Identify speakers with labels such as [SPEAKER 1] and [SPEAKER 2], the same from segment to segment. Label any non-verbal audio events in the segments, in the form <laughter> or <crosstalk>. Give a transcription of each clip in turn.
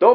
[SPEAKER 1] どう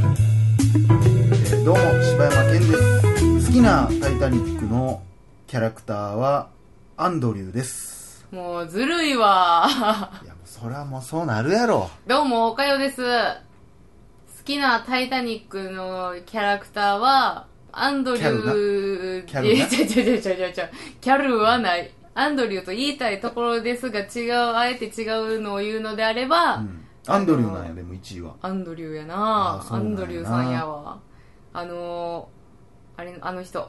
[SPEAKER 1] えーどうも、柴山健です。好きなタイタニックのキャラクターは、アンドリューです。
[SPEAKER 2] もうずるいわ。 <laughs>
[SPEAKER 1] いや、もうそりゃもうそうなるやろ。
[SPEAKER 2] どうも、おかよです。好きなタイタニックのキャラクターは、アンドリュー、
[SPEAKER 1] キャルな
[SPEAKER 2] ちゃちゃちゃちゃちゃちゃ、キャルはない。アンドリューと言いたいところですが違う、あえて違うのを言うのであれば、
[SPEAKER 1] うん。アンドリューなんや、でも1位は。
[SPEAKER 2] アンドリューやな
[SPEAKER 1] あそう
[SPEAKER 2] ア
[SPEAKER 1] なんやな
[SPEAKER 2] ンドリューさんやわ。あのー、あれ、あの人。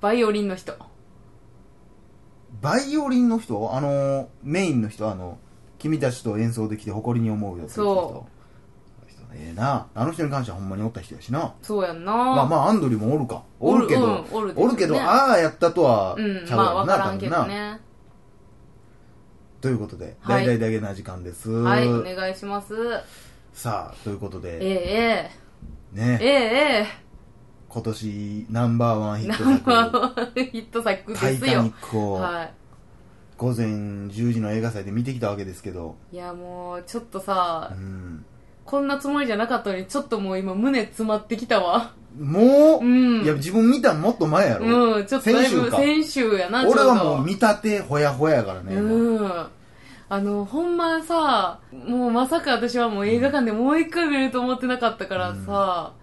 [SPEAKER 2] バイオリンの人。
[SPEAKER 1] バイオリンの人あの、メインの人あの、君たちと演奏できて誇りに思うよって言ってた人。
[SPEAKER 2] そ
[SPEAKER 1] あの人ええな。あの人に関してはほんまにおった人やしな。
[SPEAKER 2] そうやんな
[SPEAKER 1] まあまあ、アンドリューもおるか。おるけど、
[SPEAKER 2] おる,、うん、おるでしょうね
[SPEAKER 1] おるけど、ああやったとは
[SPEAKER 2] うん、
[SPEAKER 1] ちゃう
[SPEAKER 2] ま
[SPEAKER 1] や
[SPEAKER 2] あ
[SPEAKER 1] ろ
[SPEAKER 2] 分
[SPEAKER 1] な、
[SPEAKER 2] からんけど
[SPEAKER 1] な。
[SPEAKER 2] ね。
[SPEAKER 1] ということで、
[SPEAKER 2] は
[SPEAKER 1] 大
[SPEAKER 2] い
[SPEAKER 1] 々だけな時間です。
[SPEAKER 2] はい、お願いします。
[SPEAKER 1] さあ、ということ
[SPEAKER 2] ええ
[SPEAKER 1] で、
[SPEAKER 2] えええ
[SPEAKER 1] ね、
[SPEAKER 2] ええ
[SPEAKER 1] 今年ナンバーワンヒ
[SPEAKER 2] え
[SPEAKER 1] ット
[SPEAKER 2] ナンバー
[SPEAKER 1] 作、
[SPEAKER 2] ワン <laughs> ヒット作で
[SPEAKER 1] タイ
[SPEAKER 2] す
[SPEAKER 1] タニッ
[SPEAKER 2] よ。
[SPEAKER 1] クを
[SPEAKER 2] は
[SPEAKER 1] 午前10時の映画祭で見てきたわけですけど、
[SPEAKER 2] い。いや、もう、ちょっと
[SPEAKER 1] う
[SPEAKER 2] さ、
[SPEAKER 1] ん
[SPEAKER 2] こんなつもりじゃなかったのに、ちょっともう今胸詰まってきたわ。
[SPEAKER 1] もう、
[SPEAKER 2] うん
[SPEAKER 1] いや、自分見たんもっと前やろ。
[SPEAKER 2] うん、ちょっとだい
[SPEAKER 1] 先週
[SPEAKER 2] ぶ、
[SPEAKER 1] か
[SPEAKER 2] 先週やな、ちょう
[SPEAKER 1] 俺
[SPEAKER 2] ど。
[SPEAKER 1] はもう見立てほやほややからね、もう
[SPEAKER 2] うん。あの、ほんまさ、もうまさか私はもう映画館でもう一回見れると思ってなかったからさ、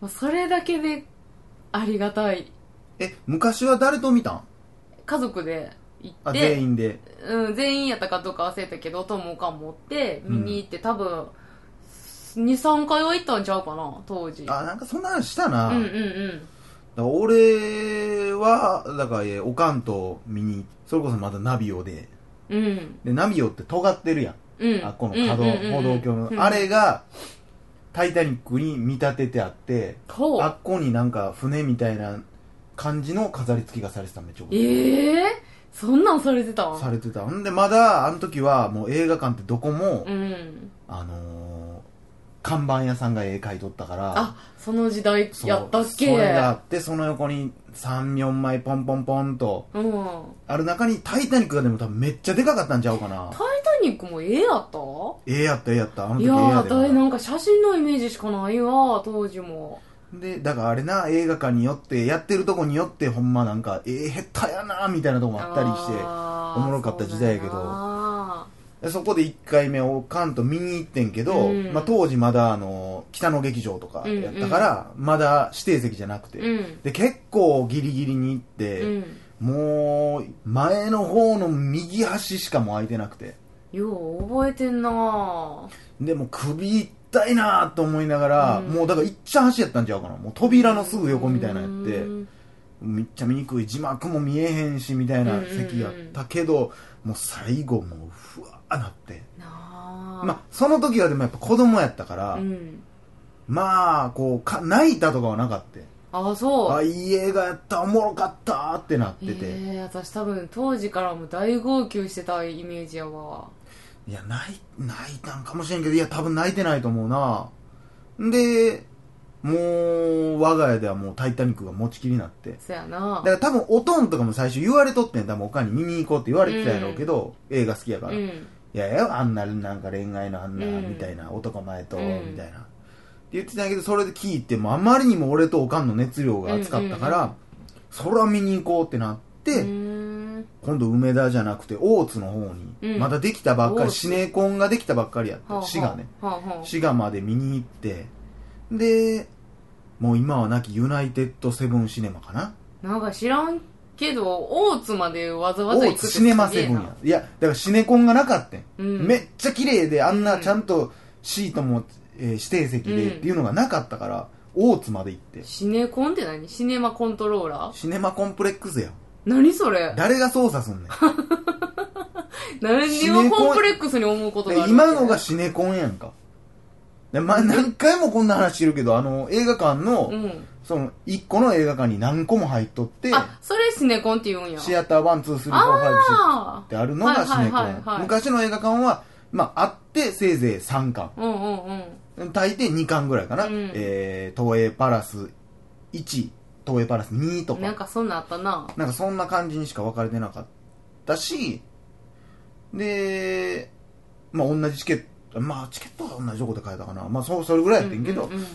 [SPEAKER 2] もうそれだけでありがたい。
[SPEAKER 1] え昔は誰と見たん
[SPEAKER 2] 家族で行
[SPEAKER 1] あ
[SPEAKER 2] って、
[SPEAKER 1] 全員で
[SPEAKER 2] うん、全員やったかどうか忘れたけど、ともかん持って、見に行って、多分、2、3回は行ったんちゃうかな、当時。
[SPEAKER 1] あなんかそんな話したな、
[SPEAKER 2] うんうん
[SPEAKER 1] だか
[SPEAKER 2] うん。
[SPEAKER 1] ら俺はだからえーおかんと見にそれこそまだナビオで
[SPEAKER 2] うん。
[SPEAKER 1] でナビオって尖ってるやん、
[SPEAKER 2] うん。
[SPEAKER 1] あこの角
[SPEAKER 2] うんうんうんうん
[SPEAKER 1] 歩道橋の、
[SPEAKER 2] うん
[SPEAKER 1] あれが「タイタニック」に見立ててあって
[SPEAKER 2] ほ
[SPEAKER 1] あ
[SPEAKER 2] う。
[SPEAKER 1] っこになんか船みたいな感じの飾り付きがされてたのめっちゃ覚えてる
[SPEAKER 2] ええそんなんされてたん
[SPEAKER 1] されてたんでまだあの時はもう映画館ってどこも、
[SPEAKER 2] うん。
[SPEAKER 1] あのー、看板屋さんが絵描いとったから
[SPEAKER 2] あ、その時代
[SPEAKER 1] そう
[SPEAKER 2] やったっけ
[SPEAKER 1] それがあってその横に34枚ポンポンポンと
[SPEAKER 2] うん。
[SPEAKER 1] ある中に「タイタニック」がでも多分めっちゃでかかったんちゃうかな
[SPEAKER 2] タイタニックもええやった
[SPEAKER 1] ええやったええやったあの
[SPEAKER 2] い
[SPEAKER 1] 時え
[SPEAKER 2] や
[SPEAKER 1] えや
[SPEAKER 2] ー、
[SPEAKER 1] で
[SPEAKER 2] だいなんか写真のイメージしかないわ、当時も。
[SPEAKER 1] でだからあれな映画館によってやってるとこによってほんまなんかええ下手やなみたいなとこもあったりして
[SPEAKER 2] あ
[SPEAKER 1] お
[SPEAKER 2] ー
[SPEAKER 1] もろかった時代やけど
[SPEAKER 2] そうだな
[SPEAKER 1] でそこで1回目をカンと見に行ってんけど、
[SPEAKER 2] うん
[SPEAKER 1] まあ、当時まだあの北の劇場とかやったから、まだ指定席じゃなくて、
[SPEAKER 2] うん
[SPEAKER 1] で結構ギリギリに行って、
[SPEAKER 2] うん。
[SPEAKER 1] もう前の方の右端しかもう空いてなくて
[SPEAKER 2] よう覚えてんなぁ
[SPEAKER 1] でもう首痛いなと思いながら、
[SPEAKER 2] うん
[SPEAKER 1] もうだからいっちゃん端やったんちゃうかなもう扉のすぐ横みたいなのやって、
[SPEAKER 2] うん
[SPEAKER 1] めっちゃ見にくい字幕も見えへんしみたいな席やったけど、もう最後もうふわーなって、
[SPEAKER 2] なあ
[SPEAKER 1] まあその時はでもやっぱ子供やったから、
[SPEAKER 2] うん
[SPEAKER 1] まあこうか泣いたとかはなかった
[SPEAKER 2] あそう
[SPEAKER 1] あいい映画やったおもろかったってなってて、
[SPEAKER 2] ええ私多分当時からも大号泣してたイメージやわ
[SPEAKER 1] いや、泣い、泣いたんかもしれんけど、いや、多分泣いてないと思うな。んで、もう、我が家ではもうタイタニックが持ちきりになって。
[SPEAKER 2] そやな
[SPEAKER 1] だから多分、おとんとかも最初言われとってん。多分、おかんに見に行こうって言われてたやろうけど、映画好きやから。
[SPEAKER 2] う
[SPEAKER 1] い
[SPEAKER 2] ん
[SPEAKER 1] やいや、あんな、なんか恋愛のあんな、
[SPEAKER 2] うん
[SPEAKER 1] みたいな、男前と、
[SPEAKER 2] うん
[SPEAKER 1] みたいな。って言ってたんやけど、それで聞いて、もうあまりにも俺とおかんの熱量が熱かったから、
[SPEAKER 2] うんうん
[SPEAKER 1] そら見に行こうってなって、
[SPEAKER 2] うーん
[SPEAKER 1] 今度梅田じゃなくて大津の方に、
[SPEAKER 2] うん
[SPEAKER 1] まだできたばっか
[SPEAKER 2] 大
[SPEAKER 1] り
[SPEAKER 2] 津
[SPEAKER 1] シネコンができたばっかりやっ
[SPEAKER 2] はあは
[SPEAKER 1] た
[SPEAKER 2] あ
[SPEAKER 1] 滋賀ね
[SPEAKER 2] はあはあ
[SPEAKER 1] 滋賀まで見に行ってでもう今はなきユナイテッドセブンシネマかな
[SPEAKER 2] なんか知らんけど大津までわざわざ
[SPEAKER 1] 大
[SPEAKER 2] 行くっ
[SPEAKER 1] 津
[SPEAKER 2] てす
[SPEAKER 1] シ
[SPEAKER 2] げえ
[SPEAKER 1] ネ
[SPEAKER 2] な
[SPEAKER 1] マセブンやいやだからシネコンがなかったん、
[SPEAKER 2] うん
[SPEAKER 1] めっちゃ綺麗であんな
[SPEAKER 2] うん
[SPEAKER 1] ちゃんとシートも、えー指定席でっていうのがなかったから、大津まで行って
[SPEAKER 2] シネコンって何シネマコントローラー
[SPEAKER 1] シネマコンプレックスや
[SPEAKER 2] 何それ
[SPEAKER 1] 誰が操作すんねん
[SPEAKER 2] 何にもコンプレックスに思うことがあ
[SPEAKER 1] で
[SPEAKER 2] る。
[SPEAKER 1] 今のがシネコンやんか。でまあ、何回もこんな話してるけど、あの、映画館の、
[SPEAKER 2] うん。
[SPEAKER 1] その、一個の映画館に何個も入っとって、
[SPEAKER 2] あ、それシネコンって言うんや。
[SPEAKER 1] シアター1、2、3、4、5、6
[SPEAKER 2] あ
[SPEAKER 1] ってあるのがシネコ
[SPEAKER 2] はいはいはいは
[SPEAKER 1] ン。
[SPEAKER 2] い
[SPEAKER 1] 昔の映画館は、まあ、あって、せいぜい3巻。
[SPEAKER 2] あ。うんうんうん。
[SPEAKER 1] 大抵2巻ぐらいかな。
[SPEAKER 2] うん
[SPEAKER 1] えー、東映パラス1、東映パラス2とか。
[SPEAKER 2] なんかそんなんあったな。
[SPEAKER 1] なんかそんな感じにしか分かれてなかったし、で、まあ同じチケット、まあチケットは同じとこで買えたかな。まあそそれぐらいやってんけど、
[SPEAKER 2] うんうんうん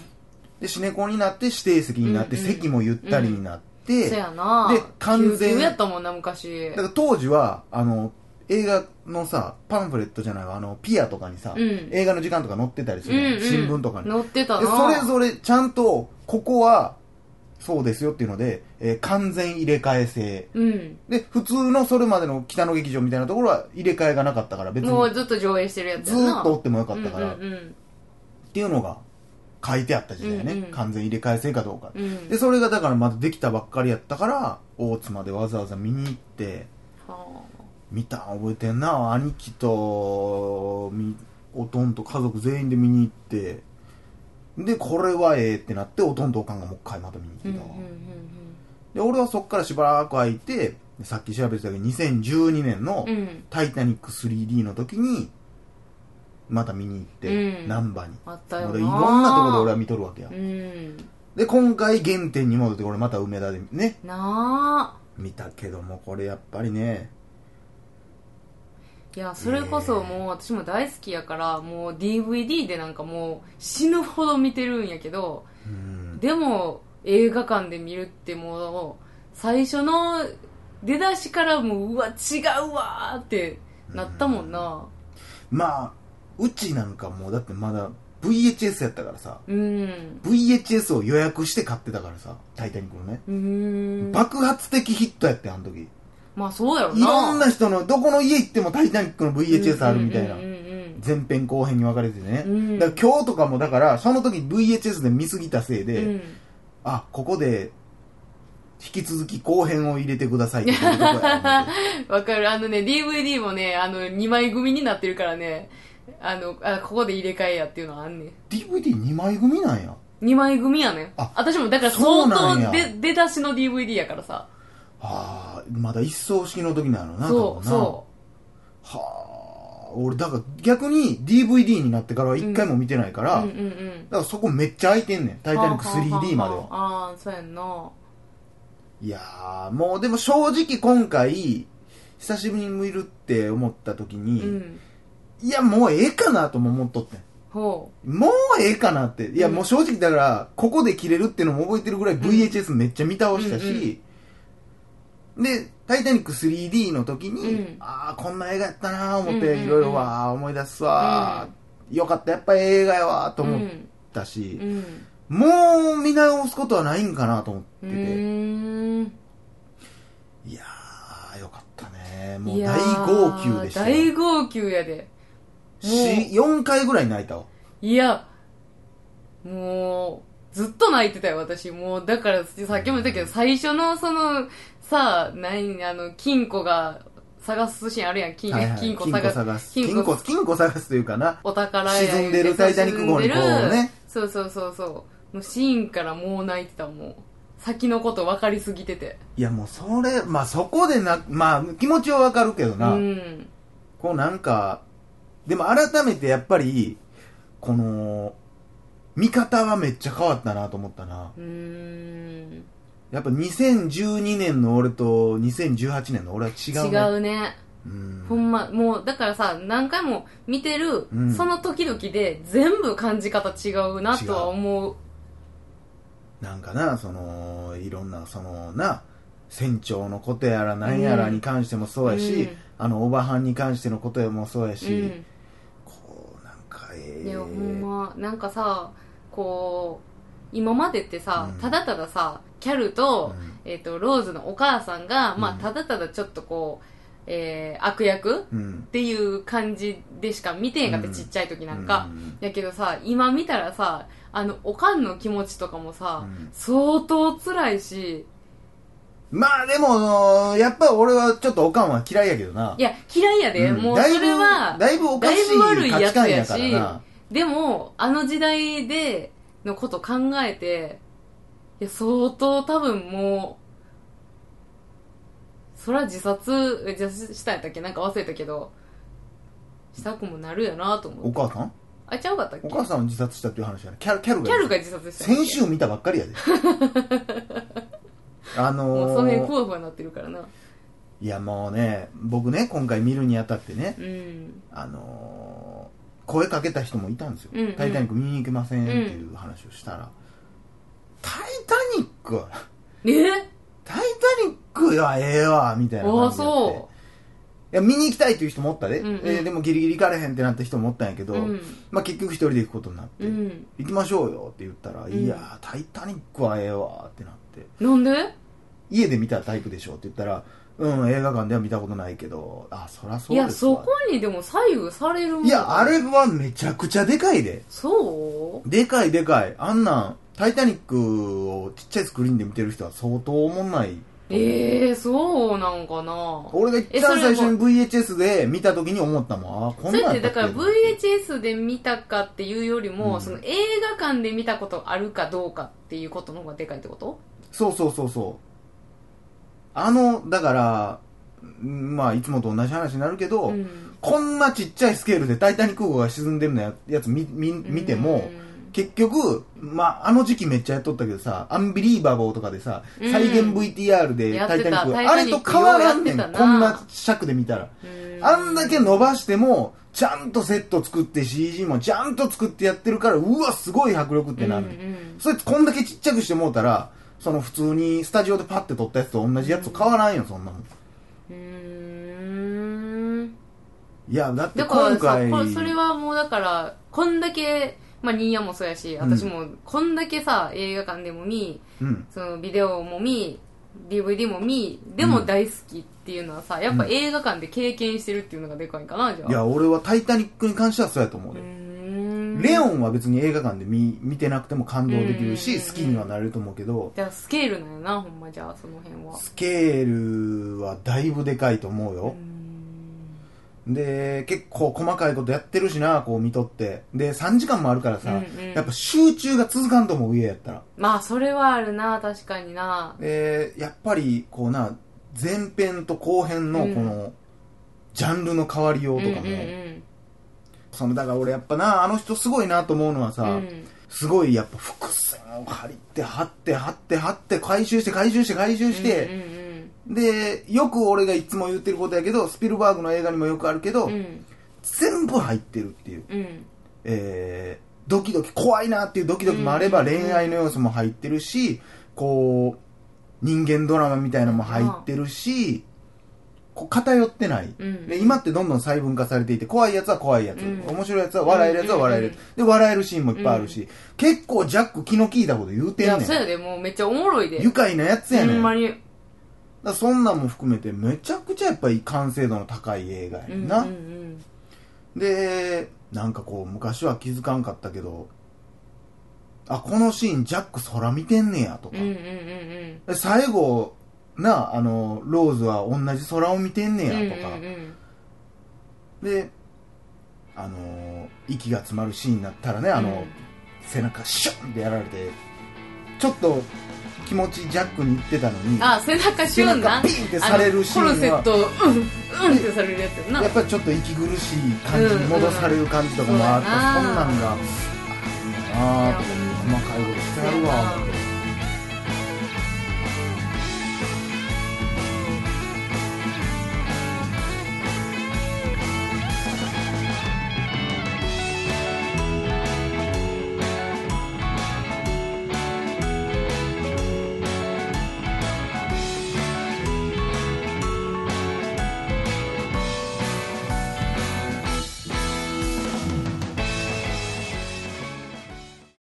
[SPEAKER 1] で、シネコンになって指定席になって、
[SPEAKER 2] うんうん
[SPEAKER 1] 席もゆったりになって、
[SPEAKER 2] そ
[SPEAKER 1] だか
[SPEAKER 2] やな
[SPEAKER 1] で完全
[SPEAKER 2] 急やったもんな、昔。
[SPEAKER 1] ら当時は、あの、映画のさ、パンフレットじゃないわ、あの、ピアとかにさ、
[SPEAKER 2] うん
[SPEAKER 1] 映画の時間とか載ってたりす
[SPEAKER 2] う
[SPEAKER 1] る
[SPEAKER 2] ん
[SPEAKER 1] やん、
[SPEAKER 2] うん
[SPEAKER 1] 新聞とかに。
[SPEAKER 2] 載ってた
[SPEAKER 1] で
[SPEAKER 2] な。
[SPEAKER 1] それぞれちゃんと、ここは、そうですよっていうので、えー完全入れ替え制。
[SPEAKER 2] うん。
[SPEAKER 1] で、普通のそれまでの北の劇場みたいなところは入れ替えがなかったから、別に
[SPEAKER 2] もうずっと上映してるやつ
[SPEAKER 1] ず
[SPEAKER 2] やな。
[SPEAKER 1] ーっとおってもよかったから、
[SPEAKER 2] う
[SPEAKER 1] っ
[SPEAKER 2] んうん
[SPEAKER 1] ていうのが書いてあった時代ね。
[SPEAKER 2] うんうん
[SPEAKER 1] 完全入れ替え制かどうか。
[SPEAKER 2] うん。うん
[SPEAKER 1] で、それがだからまだできたばっかりやったから、大津までわざわざ見に行って、
[SPEAKER 2] はあ
[SPEAKER 1] 見た覚えてんな、兄貴と、みおとんと家族全員で見に行って、で、これはええってなって、おとんとおかんがもう一回また見に
[SPEAKER 2] う
[SPEAKER 1] 来
[SPEAKER 2] ん
[SPEAKER 1] て
[SPEAKER 2] うん
[SPEAKER 1] た
[SPEAKER 2] う
[SPEAKER 1] わ。
[SPEAKER 2] ん
[SPEAKER 1] で、俺はそっからしばらく空いて、さっき調べてたけど、2012年の、
[SPEAKER 2] うん。うん。
[SPEAKER 1] タイタニック 3D の時に、また見に行って、
[SPEAKER 2] うん
[SPEAKER 1] 難波に。
[SPEAKER 2] あった
[SPEAKER 1] ま
[SPEAKER 2] よ
[SPEAKER 1] だ
[SPEAKER 2] な。
[SPEAKER 1] いろんなところで俺は見とるわけや。
[SPEAKER 2] うん。
[SPEAKER 1] で、今回原点に戻って、俺また梅田でね、
[SPEAKER 2] なあ。
[SPEAKER 1] 見たけども、これやっぱりね、
[SPEAKER 2] いや、それこそもう私も大好きやから、もう DVD でなんかもう死ぬほど見てるんやけど、
[SPEAKER 1] うん。
[SPEAKER 2] でも映画館で見るってもう、最初の出だしからもう、うわ、違うわーってなったもんな。
[SPEAKER 1] まあ、うちなんかもうだってまだ VHS やったからさ、
[SPEAKER 2] うん。
[SPEAKER 1] VHS を予約して買ってたからさ、タイタニックのね。
[SPEAKER 2] うーん。
[SPEAKER 1] 爆発的ヒットやってん、あの時。
[SPEAKER 2] まあそうやろ
[SPEAKER 1] い
[SPEAKER 2] な。
[SPEAKER 1] ろんな人の、どこの家行ってもタイタニックの VHS あるみたいな
[SPEAKER 2] うん。うん
[SPEAKER 1] 前編後編に分かれてね、
[SPEAKER 2] うん
[SPEAKER 1] だから今日とかもだからその時 VHS で見すぎたせい
[SPEAKER 2] うんう
[SPEAKER 1] で、
[SPEAKER 2] ん。
[SPEAKER 1] あここで引き続き後編を入れてくださいっていうとこやと思っ
[SPEAKER 2] <laughs>
[SPEAKER 1] て
[SPEAKER 2] うんわかる。あのね、DVD もね、あの、2枚組になってるからね、あの、あ、ここで入れ替えやっていうのはあんねん。
[SPEAKER 1] DVD2 枚組なんや
[SPEAKER 2] 2枚組やね
[SPEAKER 1] あ
[SPEAKER 2] 私もだから
[SPEAKER 1] そう
[SPEAKER 2] 相
[SPEAKER 1] なんや
[SPEAKER 2] 当で出だしの DVD やからさ
[SPEAKER 1] ああまだ一層式の時なのな多分
[SPEAKER 2] そう
[SPEAKER 1] な
[SPEAKER 2] そ
[SPEAKER 1] はあ俺だから逆に DVD になってからは一回も見てないか
[SPEAKER 2] うう
[SPEAKER 1] ら、
[SPEAKER 2] んうん
[SPEAKER 1] だ
[SPEAKER 2] うん
[SPEAKER 1] からそこめっちゃ空いてんねん「タイタニック 3D」までは
[SPEAKER 2] ああーそうやんない
[SPEAKER 1] やーもうでも正直今回久しぶりに見るって思った時
[SPEAKER 2] う
[SPEAKER 1] に、
[SPEAKER 2] ん
[SPEAKER 1] いや、もうええかなとも思っとってん。
[SPEAKER 2] ほ
[SPEAKER 1] もうええかなって。いや、
[SPEAKER 2] うん
[SPEAKER 1] もう正直だから、ここで切れるっていうのも覚えてるぐらい VHS めっちゃ見倒した
[SPEAKER 2] うん
[SPEAKER 1] し、で、タイタニック 3D の時に、
[SPEAKER 2] うん
[SPEAKER 1] ああ、こんな映画やったなー思っ
[SPEAKER 2] うんうん
[SPEAKER 1] て、
[SPEAKER 2] うん
[SPEAKER 1] いろいろわー思い出すわー、よかった、やっぱり映画やわー
[SPEAKER 2] う
[SPEAKER 1] と思ったし
[SPEAKER 2] う、んうん
[SPEAKER 1] もう見直すことはないんかなと思
[SPEAKER 2] う
[SPEAKER 1] ってて、
[SPEAKER 2] ーん
[SPEAKER 1] いやー、よかったね。もうい
[SPEAKER 2] いや
[SPEAKER 1] 大号
[SPEAKER 2] ー
[SPEAKER 1] 泣でした
[SPEAKER 2] 大
[SPEAKER 1] よ。
[SPEAKER 2] 号泣やで
[SPEAKER 1] し4回ぐらい泣いたわ。
[SPEAKER 2] いやもうずっと泣いてたよ私もうだからさっきも言ったけど最初のそのさあ何あの金庫が探すシーンあるやん金,、
[SPEAKER 1] はいはい
[SPEAKER 2] 金庫探
[SPEAKER 1] 金庫
[SPEAKER 2] す
[SPEAKER 1] 探す。金庫、金庫探すというかな。
[SPEAKER 2] お宝や
[SPEAKER 1] 沈んでるタイタニック号にこうね
[SPEAKER 2] そうそうそうそうのシーンからもう泣いてたもう先のこと分かりすぎてて
[SPEAKER 1] いやもうそれ、まあそこでな、まあ気持ちはわかるけど
[SPEAKER 2] う
[SPEAKER 1] な、
[SPEAKER 2] ん
[SPEAKER 1] こうなんか、でも改めてやっぱり、この、見方はめっちゃ変わったなと思ったな。
[SPEAKER 2] うーん
[SPEAKER 1] やっぱ2012年の俺と2018年の俺は違
[SPEAKER 2] 違
[SPEAKER 1] う、ね。
[SPEAKER 2] うね
[SPEAKER 1] うん。
[SPEAKER 2] ほんまもうだからさ何回も見てる、
[SPEAKER 1] うん
[SPEAKER 2] その時々で全部感じ方違うなとは思う
[SPEAKER 1] なんかな、その、いろんな、そのな、船長のことやら何やらに関してもそうやし、
[SPEAKER 2] うん
[SPEAKER 1] あの、おばはんに関してのことやもそうや
[SPEAKER 2] う
[SPEAKER 1] し、
[SPEAKER 2] ん
[SPEAKER 1] こう、なんかええ
[SPEAKER 2] いやほんまなんかさこう今までってさ、
[SPEAKER 1] うん
[SPEAKER 2] ただたださキャルと、
[SPEAKER 1] うん
[SPEAKER 2] えっとローズのお母さんが、まあ、
[SPEAKER 1] うん
[SPEAKER 2] ただただちょっとこう、えー悪役
[SPEAKER 1] うん。
[SPEAKER 2] っていう感じでしか見てへんかった、
[SPEAKER 1] うん
[SPEAKER 2] ちっちゃい時なんか、
[SPEAKER 1] うん
[SPEAKER 2] やけどさ今見たらさあのおかんの気持ちとかもさ、
[SPEAKER 1] うん
[SPEAKER 2] 相当辛いし
[SPEAKER 1] まあでも、やっぱ俺はちょっとおかんは嫌いやけどな。
[SPEAKER 2] いや、嫌いやで、
[SPEAKER 1] うん
[SPEAKER 2] もう
[SPEAKER 1] だい
[SPEAKER 2] そ
[SPEAKER 1] ぶ
[SPEAKER 2] れは、
[SPEAKER 1] だいぶおかしい価値観やか
[SPEAKER 2] だい
[SPEAKER 1] ら
[SPEAKER 2] ぶ悪いや
[SPEAKER 1] な。
[SPEAKER 2] でも、あの時代でのこと考えて、いや、相当多分もう、そら自殺、え自殺したんやったっけなんか忘れたけど、したくもなるやなと思
[SPEAKER 1] お
[SPEAKER 2] って。
[SPEAKER 1] 母さん
[SPEAKER 2] あ、ちゃうかったっけ
[SPEAKER 1] お母さんは自殺したっていう話やね。キャル、キャルが。
[SPEAKER 2] キャルが自殺したんやっ
[SPEAKER 1] 先
[SPEAKER 2] け
[SPEAKER 1] 週見たばっかり
[SPEAKER 2] <laughs>
[SPEAKER 1] やで。あ
[SPEAKER 2] もう
[SPEAKER 1] の
[SPEAKER 2] その辺
[SPEAKER 1] ー
[SPEAKER 2] ふわふわになってるからな。
[SPEAKER 1] いやもうね、僕ね、今回見るにあたってね、
[SPEAKER 2] うん。
[SPEAKER 1] あのー声かけた人もいたんですよ。
[SPEAKER 2] うんうん
[SPEAKER 1] タイタニック見に行けませんっていう話をしたら、タイタニック
[SPEAKER 2] え
[SPEAKER 1] タイタニックはええわみたいな
[SPEAKER 2] あ
[SPEAKER 1] 感
[SPEAKER 2] あ、
[SPEAKER 1] じでやって
[SPEAKER 2] そ
[SPEAKER 1] いや見に行きたいっていう人もおったで、
[SPEAKER 2] うんうん
[SPEAKER 1] えーでもギリギリ行かれへんってなった人もおったんやけ
[SPEAKER 2] う。
[SPEAKER 1] ど、
[SPEAKER 2] うん。
[SPEAKER 1] まあ、結局一人で行くことになって、
[SPEAKER 2] うん。
[SPEAKER 1] 行きましょうよって言ったら「
[SPEAKER 2] ん
[SPEAKER 1] いやータイタニックはええわ」ってなって
[SPEAKER 2] なんで
[SPEAKER 1] 「家で見たタイプでしょ」って言ったら「うん映画館では見たことないけどあそらそ
[SPEAKER 2] いうや、
[SPEAKER 1] です
[SPEAKER 2] そ
[SPEAKER 1] わ
[SPEAKER 2] こ」にでも左右されるもん
[SPEAKER 1] いやあれはめちゃくちゃでかいで
[SPEAKER 2] そう
[SPEAKER 1] でかいでかいあんなん「タイタニック」をちっちゃいスクリーンで見てる人は相当おもんない
[SPEAKER 2] ええそうなんかな
[SPEAKER 1] 俺が一
[SPEAKER 2] えそ
[SPEAKER 1] 番
[SPEAKER 2] れも
[SPEAKER 1] 最初に VHS で見た時に思ったもんあーこ
[SPEAKER 2] そ
[SPEAKER 1] ん
[SPEAKER 2] れ
[SPEAKER 1] な
[SPEAKER 2] っ
[SPEAKER 1] んや
[SPEAKER 2] て
[SPEAKER 1] った
[SPEAKER 2] だ
[SPEAKER 1] っけ
[SPEAKER 2] から VHS で見たかっていうよりも、
[SPEAKER 1] うん
[SPEAKER 2] その映画館で見たことあるかどうかっていうことの方がでかいってこと
[SPEAKER 1] そうそうそうそう。あの、だから、んまあ、いつもと同じ話になるけど、
[SPEAKER 2] ん
[SPEAKER 1] こんなちっちゃいスケールでタイタニック号が沈んでるのややつ見見見ても、結局、まあ、あの時期めっちゃやっとったけどさ、アンビリーバボーとかでさ、
[SPEAKER 2] うん
[SPEAKER 1] 再現 VTR で
[SPEAKER 2] やっ
[SPEAKER 1] タイ
[SPEAKER 2] て
[SPEAKER 1] タ
[SPEAKER 2] た
[SPEAKER 1] ニックが
[SPEAKER 2] タイ
[SPEAKER 1] あ
[SPEAKER 2] タ
[SPEAKER 1] れ
[SPEAKER 2] ニッ
[SPEAKER 1] と
[SPEAKER 2] ク
[SPEAKER 1] 変わらんねん。
[SPEAKER 2] ようやってたな
[SPEAKER 1] こんな尺で見たら。
[SPEAKER 2] うん
[SPEAKER 1] あんだけ伸ばしても、ちゃんとセット作って CG もちゃんと作ってやってるから、うわ、すごい迫力ってなる。
[SPEAKER 2] うんうん
[SPEAKER 1] そいつこんだけちっちゃくしてもうたら、その普通にスタジオでパッて撮ったやつと同じやつと変わらんよ、そんなもん。
[SPEAKER 2] うーん
[SPEAKER 1] いや、だって
[SPEAKER 2] だから
[SPEAKER 1] 今
[SPEAKER 2] さ
[SPEAKER 1] 回、
[SPEAKER 2] これそれはもうだからこんだけまあ、ニーヤもそうやし、私も、こんだけさ、映画館でも見、
[SPEAKER 1] うん。
[SPEAKER 2] そのビデオも見 DVD も見でも大好きっていうのはさ、やっぱ映画館で経験してるっていうのがでかいんかなじゃあ
[SPEAKER 1] いや、俺はタイタニックに関してはそうやと思う
[SPEAKER 2] う
[SPEAKER 1] で。
[SPEAKER 2] ーん
[SPEAKER 1] レオンは別に映画館で見見てなくても感動できる
[SPEAKER 2] う
[SPEAKER 1] し、
[SPEAKER 2] ん
[SPEAKER 1] 好きにはなれると思うけど、
[SPEAKER 2] じゃあスケールなんやなほんまじゃあその辺は
[SPEAKER 1] スケールはだいぶでかいと思うよ
[SPEAKER 2] うー。ん
[SPEAKER 1] で、結構細かいことやってるしな、こう見とって。で、3時間もあるからさ、
[SPEAKER 2] うんうん
[SPEAKER 1] やっぱ集中が続かんと思う、家やったら。
[SPEAKER 2] まあそれはあるな確かにな
[SPEAKER 1] でやっぱりこうな前編と後編のこ
[SPEAKER 2] うん
[SPEAKER 1] の、ジャンルの変わりようとかも、
[SPEAKER 2] うんうんうん
[SPEAKER 1] そのだから俺やっぱなあの人すごいなと思うのはさ、
[SPEAKER 2] うん
[SPEAKER 1] すごいやっぱ伏線を張りって張って張って張って回収して回収して回収して、でよく俺がいつも言ってることやけどスピルバーグの映画にもよくあるけど、
[SPEAKER 2] うんうんうん
[SPEAKER 1] 全部入ってるっていう、
[SPEAKER 2] うんうん
[SPEAKER 1] えードキドキ怖いなっていうドキドキもあれば
[SPEAKER 2] うんうんうん
[SPEAKER 1] 恋愛の要素も入ってるしこう人間ドラマみたいなのも入ってるしこう偏ってない、
[SPEAKER 2] うん
[SPEAKER 1] で今ってどんどん細分化されていて怖いやつは怖いやつ、
[SPEAKER 2] うん
[SPEAKER 1] 面白いやつは笑えるやつは笑える、
[SPEAKER 2] うんうん
[SPEAKER 1] で笑えるシーンもいっぱいあるし、結構ジャック気の利いたこと言う
[SPEAKER 2] い
[SPEAKER 1] てん
[SPEAKER 2] や
[SPEAKER 1] ねん
[SPEAKER 2] そうやでもうめっちゃおもろいで
[SPEAKER 1] 愉快なやつや
[SPEAKER 2] ほ
[SPEAKER 1] ねん
[SPEAKER 2] んま
[SPEAKER 1] だか
[SPEAKER 2] に
[SPEAKER 1] らそんなんも含めてめちゃくちゃやっぱり完成度の高い映画や
[SPEAKER 2] うんん
[SPEAKER 1] な、
[SPEAKER 2] うんうん
[SPEAKER 1] でなんかこう昔は気づかんかったけどあこのシーンジャック空見てんねやとか、
[SPEAKER 2] うんうんうん
[SPEAKER 1] で最後なあのローズは同じ空を見てん
[SPEAKER 2] うん
[SPEAKER 1] ねやとか、
[SPEAKER 2] うんうん
[SPEAKER 1] であのー息が詰まるシーンになったらねあの、
[SPEAKER 2] うん
[SPEAKER 1] 背中シュンってやられてちょっと気持ちジャックにいってたのに
[SPEAKER 2] あ背中シュンな
[SPEAKER 1] 背中ピンってされるシーンは
[SPEAKER 2] あのコルセットをうんうんってされるやつやんな
[SPEAKER 1] やっぱりちょっと息苦しい感じに戻される感じとかもあった、
[SPEAKER 2] うんうん
[SPEAKER 1] そんなんがあいいなあと思って細かいことしてやるわ思って